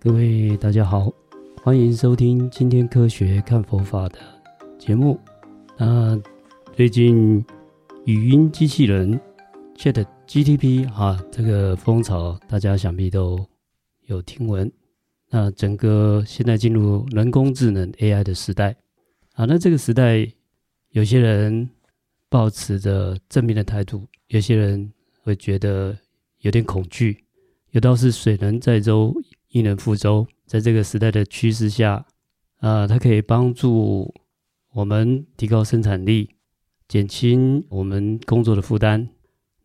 各位大家好，欢迎收听今天科学看佛法的节目。那最近语音机器人 Chat GTP 啊，这个风潮大家想必都有听闻。那整个现在进入人工智能 AI 的时代啊，那这个时代有些人抱持着正面的态度，有些人会觉得有点恐惧。有道是水能载舟，亦能覆舟。在这个时代的趋势下，啊，它可以帮助我们提高生产力，减轻我们工作的负担。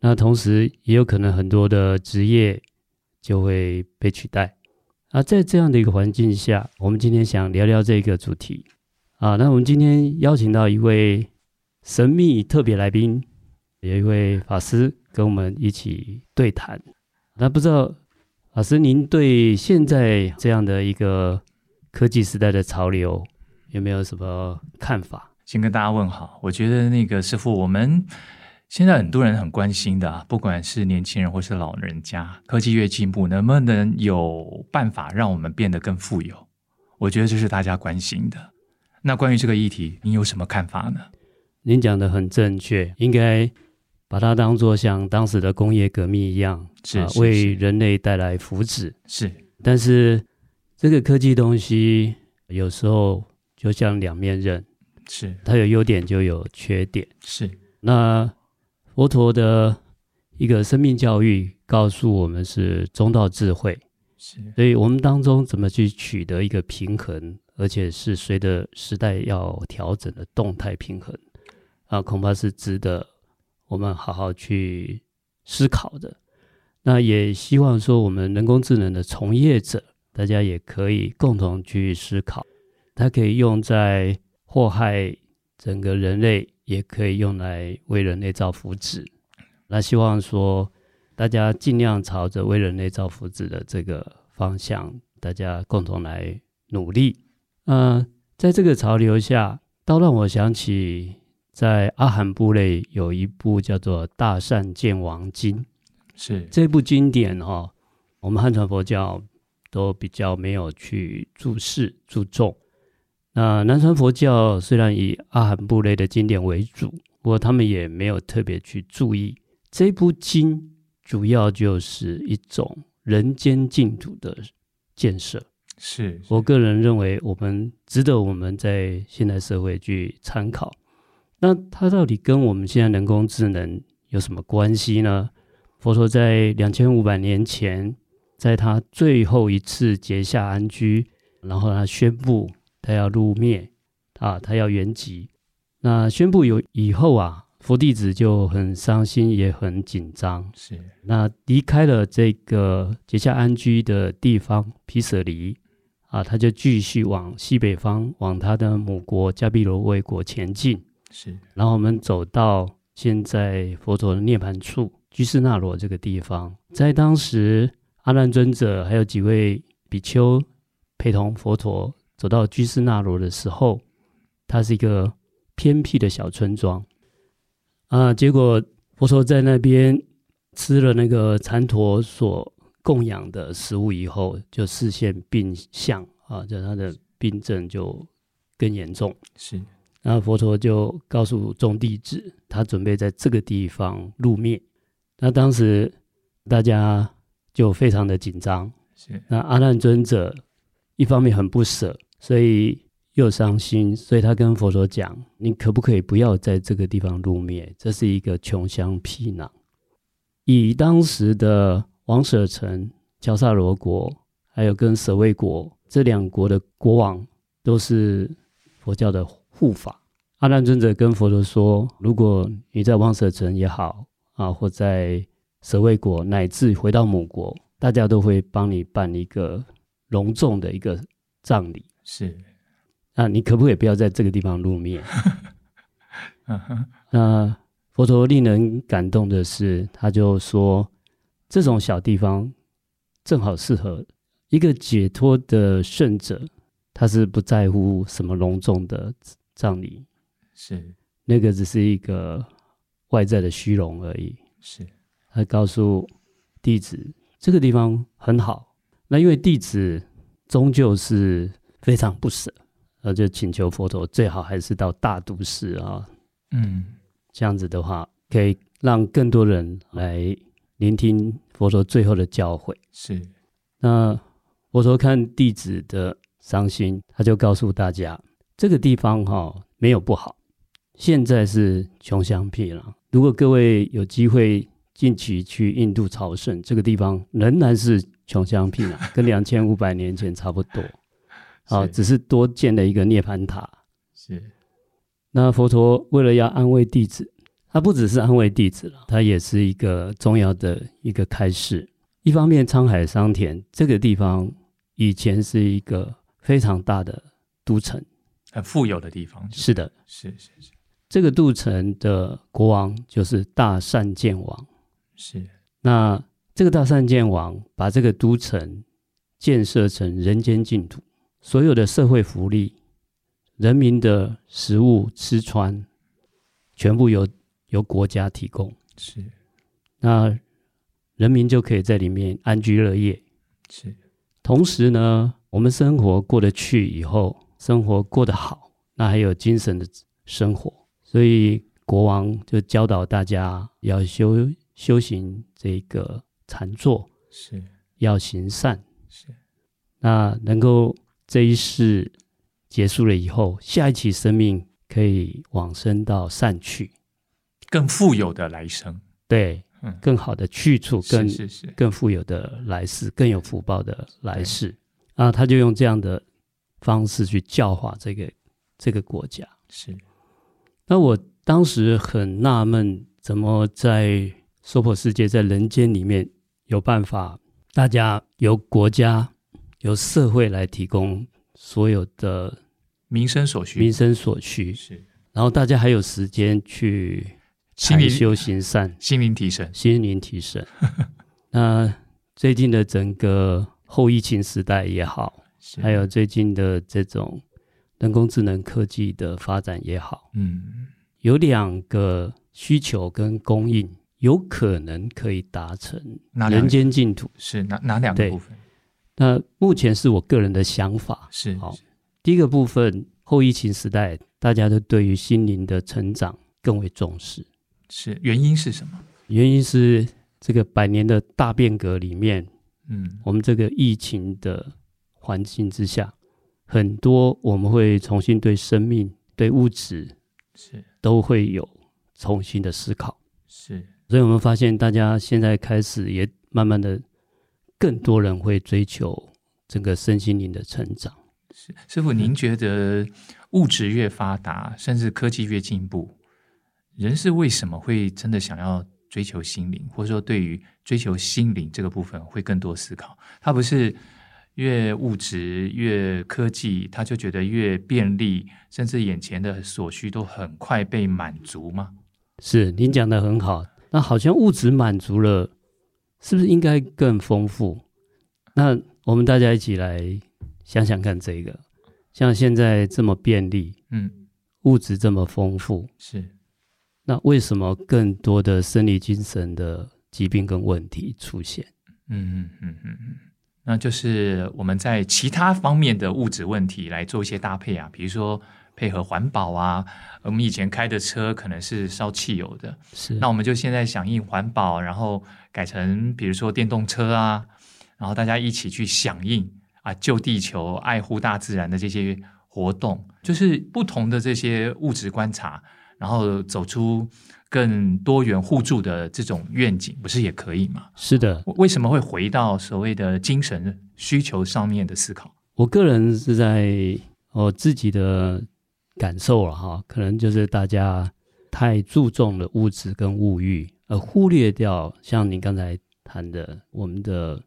那同时，也有可能很多的职业就会被取代。啊，在这样的一个环境下，我们今天想聊聊这个主题。啊，那我们今天邀请到一位神秘特别来宾，有一位法师跟我们一起对谈。那不知道法师您对现在这样的一个科技时代的潮流有没有什么看法？先跟大家问好。我觉得那个师傅，我们现在很多人很关心的啊，不管是年轻人或是老人家，科技越进步，能不能有办法让我们变得更富有？我觉得这是大家关心的。那关于这个议题，你有什么看法呢？您讲的很正确，应该把它当做像当时的工业革命一样，是啊是为是人类带来福祉。是但是这个科技东西有时候就像两面刃，是它有优点就有缺点。是那佛陀的一个生命教育告诉我们是中道智慧，是所以我们当中怎么去取得一个平衡，而且是随着时代要调整的动态平衡啊，恐怕是值得我们好好去思考的。那也希望说，我们人工智能的从业者，大家也可以共同去思考，它可以用在祸害整个人类，也可以用来为人类造福祉。那希望说，大家尽量朝着为人类造福祉的这个方向，大家共同来努力。呃，在这个潮流下，倒让我想起在阿含部类有一部叫做《大善见王经》是这部经典哦，我们汉传佛教都比较没有去注视注重。那南传佛教虽然以阿含部类的经典为主，不过他们也没有特别去注意这部经，主要就是一种人间净土的建设。是我个人认为，我们值得我们在现代社会去参考。那它到底跟我们现在人工智能有什么关系呢？佛陀在两千五百年前，在他最后一次结下安居，然后他宣布他要入灭啊，他要圆寂。那宣布有以后啊，佛弟子就很伤心，也很紧张。是那离开了这个结下安居的地方皮舍离啊，他就继续往西北方，往他的母国加比罗卫国前进。是然后我们走到现在佛陀的涅槃处居士那罗这个地方，在当时阿难尊者还有几位比丘陪同佛陀走到居士那罗的时候，它是一个偏僻的小村庄啊。结果佛陀在那边吃了那个禅陀所供养的食物以后，就视线病象啊，就他的病症就更严重。是那佛陀就告诉众弟子，他准备在这个地方入灭。那当时大家就非常的紧张。是那阿难尊者一方面很不舍，所以又伤心，所以他跟佛陀讲：“你可不可以不要在这个地方入灭？这是一个穷乡僻壤。”以当时的王舍城、乔萨罗国，还有跟舍卫国这两国的国王，都是佛教的护法。阿难尊者跟佛陀说：“如果你在王舍城也好啊，或在舍卫国，乃至回到母国，大家都会帮你办一个隆重的一个葬礼。是，那你可不可以不要在这个地方露面？ 嗯哼，那佛陀令人感动的是，他就说，这种小地方正好适合一个解脱的圣者，他是不在乎什么隆重的葬礼，是那个只是一个外在的虚荣而已。是他告诉弟子，这个地方很好。那因为弟子终究是非常不舍，那就请求佛陀最好还是到大都市啊，嗯这样子的话可以让更多人来聆听佛陀最后的教诲。是，那佛陀看弟子的伤心，他就告诉大家，这个地方哈、没有不好，现在是穷乡僻壤。如果各位有机会近期去印度朝圣，这个地方仍然是穷乡僻壤，跟两千五百年前差不多。啊，是只是多建了一个涅槃塔。是那佛陀为了要安慰弟子，他不只是安慰弟子了，他也是一个重要的一个开示。一方面，沧海桑田这个地方以前是一个非常大的都城，很富有的地方，是的，是是是这个都城的国王就是大善建王。是，那这个大善建王把这个都城建设成人间净土，所有的社会福利、人民的食物吃穿，全部由由国家提供。是那人民就可以在里面安居乐业。是同时呢，我们生活过得去以后，生活过得好，那还有精神的生活。所以国王就教导大家要修修行这个禅坐，是要行善。是那能够这一世结束了以后，下一期生命可以往生到善去，更富有的来生，对嗯，更好的去处，更是是是更富有的来世，更有福报的来世啊！他就用这样的方式去教化这个这个国家。是那我当时很纳闷，怎么在娑婆世界，在人间里面有办法，大家由国家、由社会来提供所有的民生所民需，生所需，是然后大家还有时间去心禅灵修行善，心灵提升，心灵提升。那最近的整个后疫情时代也好，是还有最近的这种人工智能科技的发展也好，嗯有两个需求跟供应有可能可以达成哪两人间净土。是哪哪两个对部分那目前是我个人的想法。是好是第一个部分，后疫情时代，大家都对于心灵的成长更为重视，是原因是什么？原因是这个百年的大变革里面，嗯我们这个疫情的环境之下，很多我们会重新对生命、对物质是都会有重新的思考。是所以我们发现，大家现在开始也慢慢的，更多人会追求这个身心灵的成长。是师傅，您觉得物质越发达，甚至科技越进步，人是为什么会真的想要追求心灵，或者说对于追求心灵这个部分会更多思考？他不是越物质越科技，他就觉得越便利，甚至眼前的所需都很快被满足吗？是您讲的很好，那好像物质满足了，是不是应该更丰富？那我们大家一起来想想看，这个像现在这么便利，嗯，物质这么丰富，是那为什么更多的生理、精神的疾病跟问题出现？嗯嗯嗯嗯嗯，那就是我们在其他方面的物质问题来做一些搭配啊，比如说配合环保啊，我们以前开的车可能是烧汽油的，是那我们就现在响应环保，然后改成比如说电动车啊，然后大家一起去响应啊，救地球、爱护大自然的这些活动，就是不同的这些物质观察，然后走出更多元互助的这种愿景，不是也可以吗？是的，为什么会回到所谓的精神需求上面的思考？我个人是在我自己的感受了哈，可能就是大家太注重了物质跟物欲，而忽略掉像您刚才谈的我们的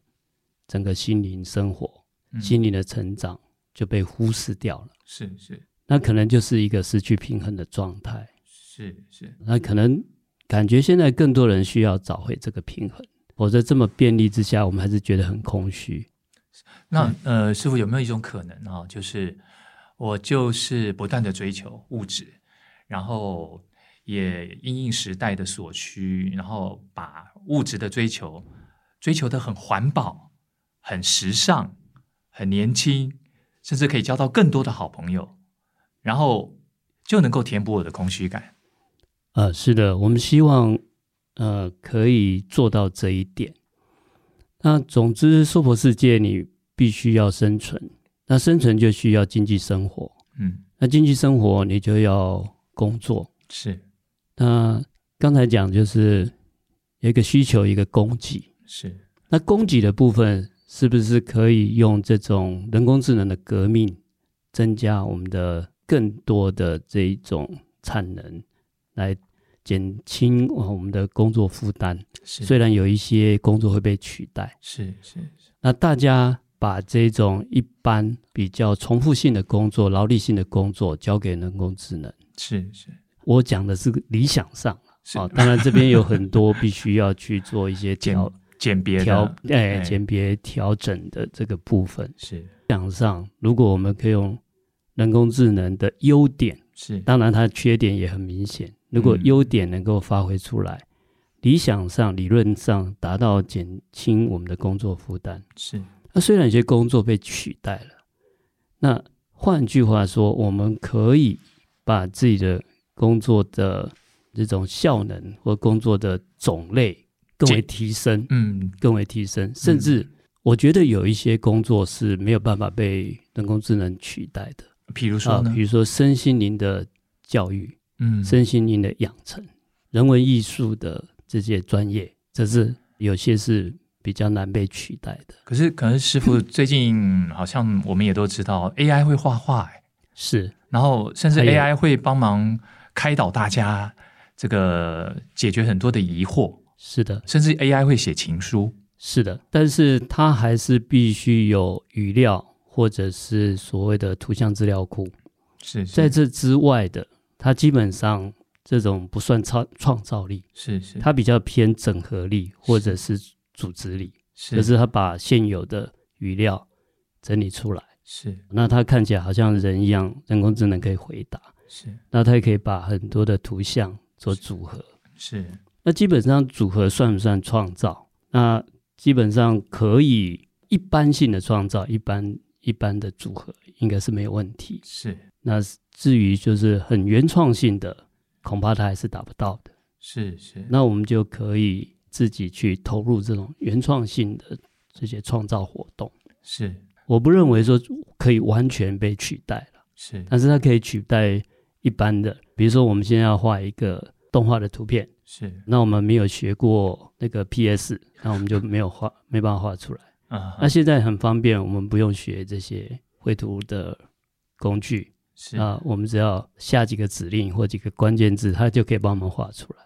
整个心灵生活、嗯心灵的成长就被忽视掉了。是是那可能就是一个失去平衡的状态。是是那可能感觉现在更多人需要找回这个平衡，否则这么便利之下，我们还是觉得很空虚。那呃，师傅有没有一种可能啊、就是我就是不断的追求物质，然后也因应时代的所需，然后把物质的追求追求的很环保、很时尚、很年轻，甚至可以交到更多的好朋友，然后就能够填补我的空虚感。呃，是的，我们希望呃可以做到这一点。那总之，娑婆世界你必须要生存，那生存就需要经济生活，嗯，那经济生活你就要工作。是那刚才讲就是有一个需求，一个供给。是，那供给的部分是不是可以用这种人工智能的革命，增加我们的更多的这一种产能，来减轻呃我们的工作负担？是虽然有一些工作会被取代，是是是那大家把这种一般比较重复性的工作、劳力性的工作交给人工智能。是是我讲的是理想上是啊、哦，当然这边有很多必须要去做一些鉴调鉴别调的，哎哎鉴别调整的这个部分。是想上，如果我们可以用人工智能的优点，是当然它的缺点也很明显。如果嗯优点能够发挥出来，理想上、理论上达到减轻我们的工作负担。是那虽然有些工作被取代了，那换句话说，我们可以把自己的工作的这种效能或工作的种类更为减提升，嗯更为提升，甚至我觉得有一些工作是没有办法被人工智能取代的比如啊说，呢比，如说身心灵的教育、嗯，身心灵的养成、人文艺术的这些专业，这是有些是比较难被取代的。可是可是师傅嗯最近好像我们也都知道 AI 会画画、哎是，然后甚至还有 AI 会帮忙开导大家，这个解决很多的疑惑，是的，甚至 AI 会写情书，是的，但是它还是必须有语料或者是所谓的图像资料库。是在是这之外的，它基本上这种不算创创造力，是是，它比较偏整合力或者是组织力，是就是它把现有的语料整理出来。是那它看起来好像人一样，人工智能可以回答，是那它也可以把很多的图像做组合。是那基本上组合算不算创造？那基本上可以一般性的创造，一般一般的组合应该是没有问题。是那至于就是很原创性的，恐怕它还是达不到的。是是，那我们就可以自己去投入这种原创性的这些创造活动。是我不认为说可以完全被取代了，是但是它可以取代一般的，比如说我们现在要画一个动画的图片。是啊那我们没有学过那个 PS，那我们就没有画，没办法画出来。啊那现在很方便，我们不用学这些绘图的工具是啊，我们只要下几个指令或几个关键字，它就可以帮我们画出来。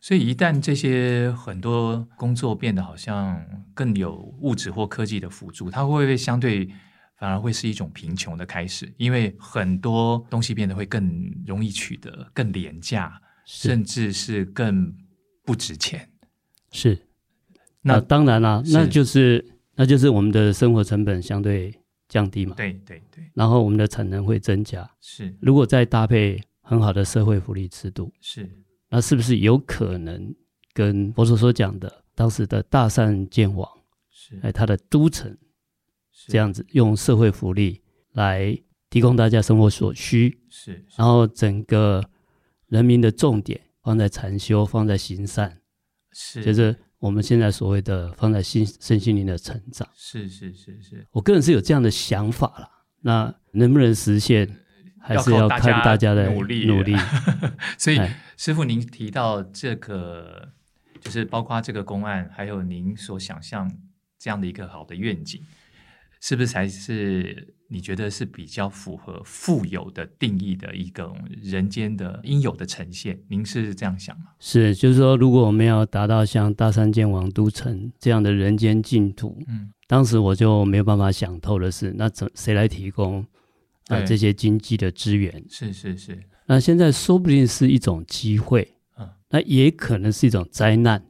所以一旦这些很多工作变得好像更有物质或科技的辅助，它会不会相对反而会是一种贫穷的开始？因为很多东西变得会更容易取得、更廉价，是甚至是更不值钱。是，那那啊当然啦，是那就是那就是我们的生活成本相对降低嘛，对对对，然后我们的产能会增加。是如果再搭配很好的社会福利制度，是那是不是有可能跟佛祖所讲的当时的大善建王？是，哎，它的都城是这样子，用社会福利来提供大家生活所需，是然后整个人民的重点放在禅修，放在行善，是就是我们现在所谓的放在心身心灵的成长。是是是是，我个人是有这样的想法啦，那能不能实现，还是要要靠大看家大家的努力努力。 所以哎师傅，您提到这个，就是包括这个公案，还有您所想象这样的一个好的愿景，是不是才是你觉得是比较符合富有的定义的一个人间的应有的呈现？您是这样想吗？是，就是说，如果我们要达到像大三建王都城这样的人间净土，嗯，当时我就没有办法想透的是，那怎谁来提供啊、对这些经济的资源？是是是，那现在说不定是一种机会嗯，那也可能是一种灾 难。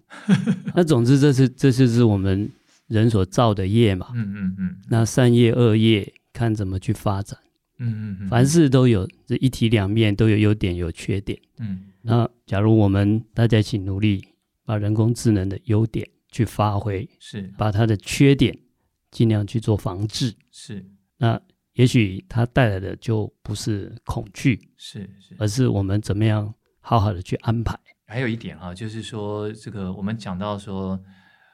那总之，这是这就是我们人所造的业嘛。嗯嗯嗯那善业恶业，看怎么去发展。嗯嗯嗯，凡事都有这一体两面，都有优点有缺点。嗯那假如我们大家一起努力，把人工智能的优点去发挥，是把它的缺点尽量去做防治。是那也许它带来的就不是恐惧，是是。而是我们怎么样好好的去安排。还有一点哈、就是说这个我们讲到说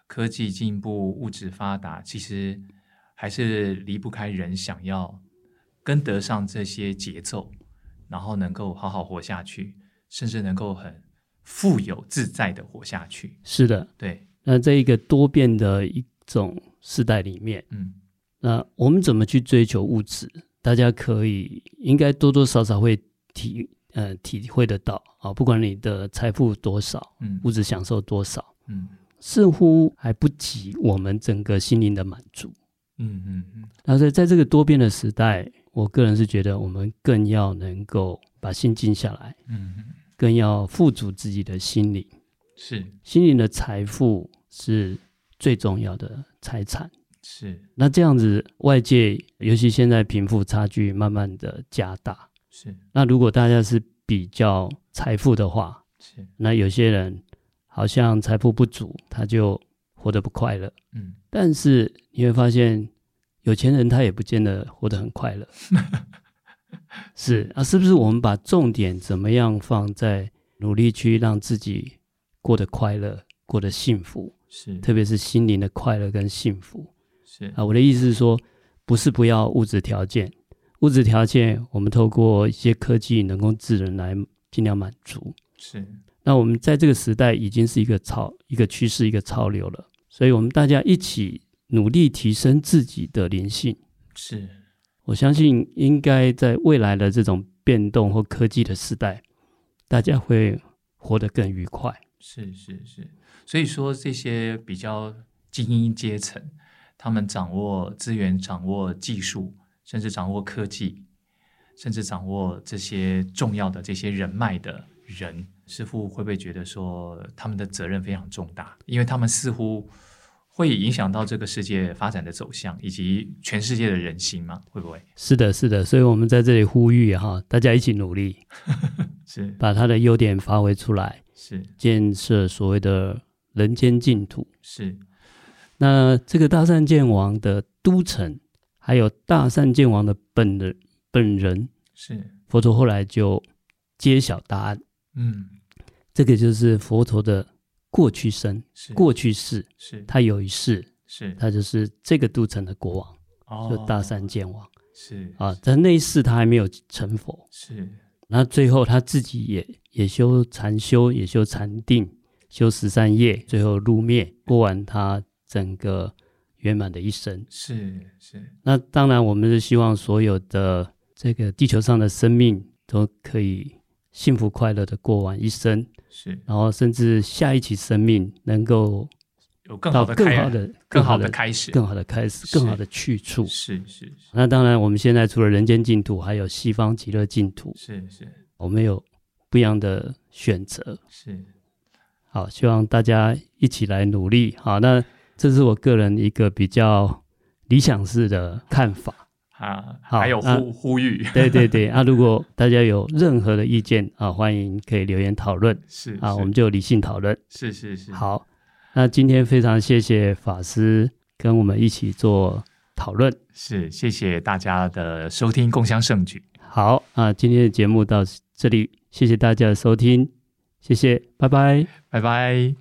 科技进步、物质发达，其实还是离不开人想要跟得上这些节奏，然后能够好好活下去，甚至能够很富有自在的活下去。是的，对，那这一个多变的一种时代里面，嗯，那我们怎么去追求物质？大家可以应该多多少少会体呃体会得到啊，不管你的财富多少，嗯物质享受多少，嗯似乎还不及我们整个心灵的满足。嗯嗯嗯，那在在这个多变的时代，我个人是觉得我们更要能够把心静下来，嗯嗯，更要富足自己的心灵。是心灵的财富是最重要的财产。是那这样子，外界尤其现在贫富差距慢慢的加大，是那如果大家是比较财富的话，是，那有些人好像财富不足，他就活得不快乐。嗯，但是你会发现，有钱人他也不见得活得很快乐。是啊，是不是我们把重点怎么样放在努力去让自己过得快乐、过得幸福，是特别是心灵的快乐跟幸福是啊？我的意思是说，不是不要物质条件，物质条件我们透过一些科技、人工智能来尽量满足。是那我们在这个时代已经是一个潮、一个趋势、一个潮流了，所以我们大家一起努力提升自己的灵性。是我相信，应该在未来的这种变动或科技的时代，大家会活得更愉快。是是是，所以说这些比较精英阶层，他们掌握资源、掌握技术，甚至掌握科技，甚至掌握这些重要的这些人脉的人，师傅会不会觉得说他们的责任非常重大？因为他们似乎会影响到这个世界发展的走向，以及全世界的人心嘛？会不会是的，是的，所以我们在这里呼吁哈，大家一起努力，是把它的优点发挥出来，是建设所谓的人间净土。是那这个大善建王的都城，还有大善建王的本人本人，是，佛陀后来就揭晓答案，嗯，这个就是佛陀的过去生、是过去世，是他有一世，是他就是这个都城的国王，哦就大善建王、是啊。但那一世他还没有成佛，是那最后他自己也也修禅修，也修禅定，修十三业，最后入灭，过完他整个圆满的一生。嗯是是那当然，我们是希望所有的这个地球上的生命都可以幸福快乐的过完一生，是，然后甚至下一期生命能够有更到好的更好开的、更好好的、开始，更好的开始、是更好的去处。是是那当然，我们现在除了人间净土，还有西方极乐净土，是是我们有不一样的选择。是好，希望大家一起来努力。好，那这是我个人一个比较理想式的看法。啊，好还有那呼呼吁对对对，啊，如果大家有任何的意见啊，欢迎可以留言讨论是啊，是我们就理性讨论。是是是，好，那今天非常谢谢法师跟我们一起做讨论。是谢谢大家的收听，共襄盛举，好啊，今天的节目到这里，谢谢大家的收听，谢谢，拜拜。拜拜。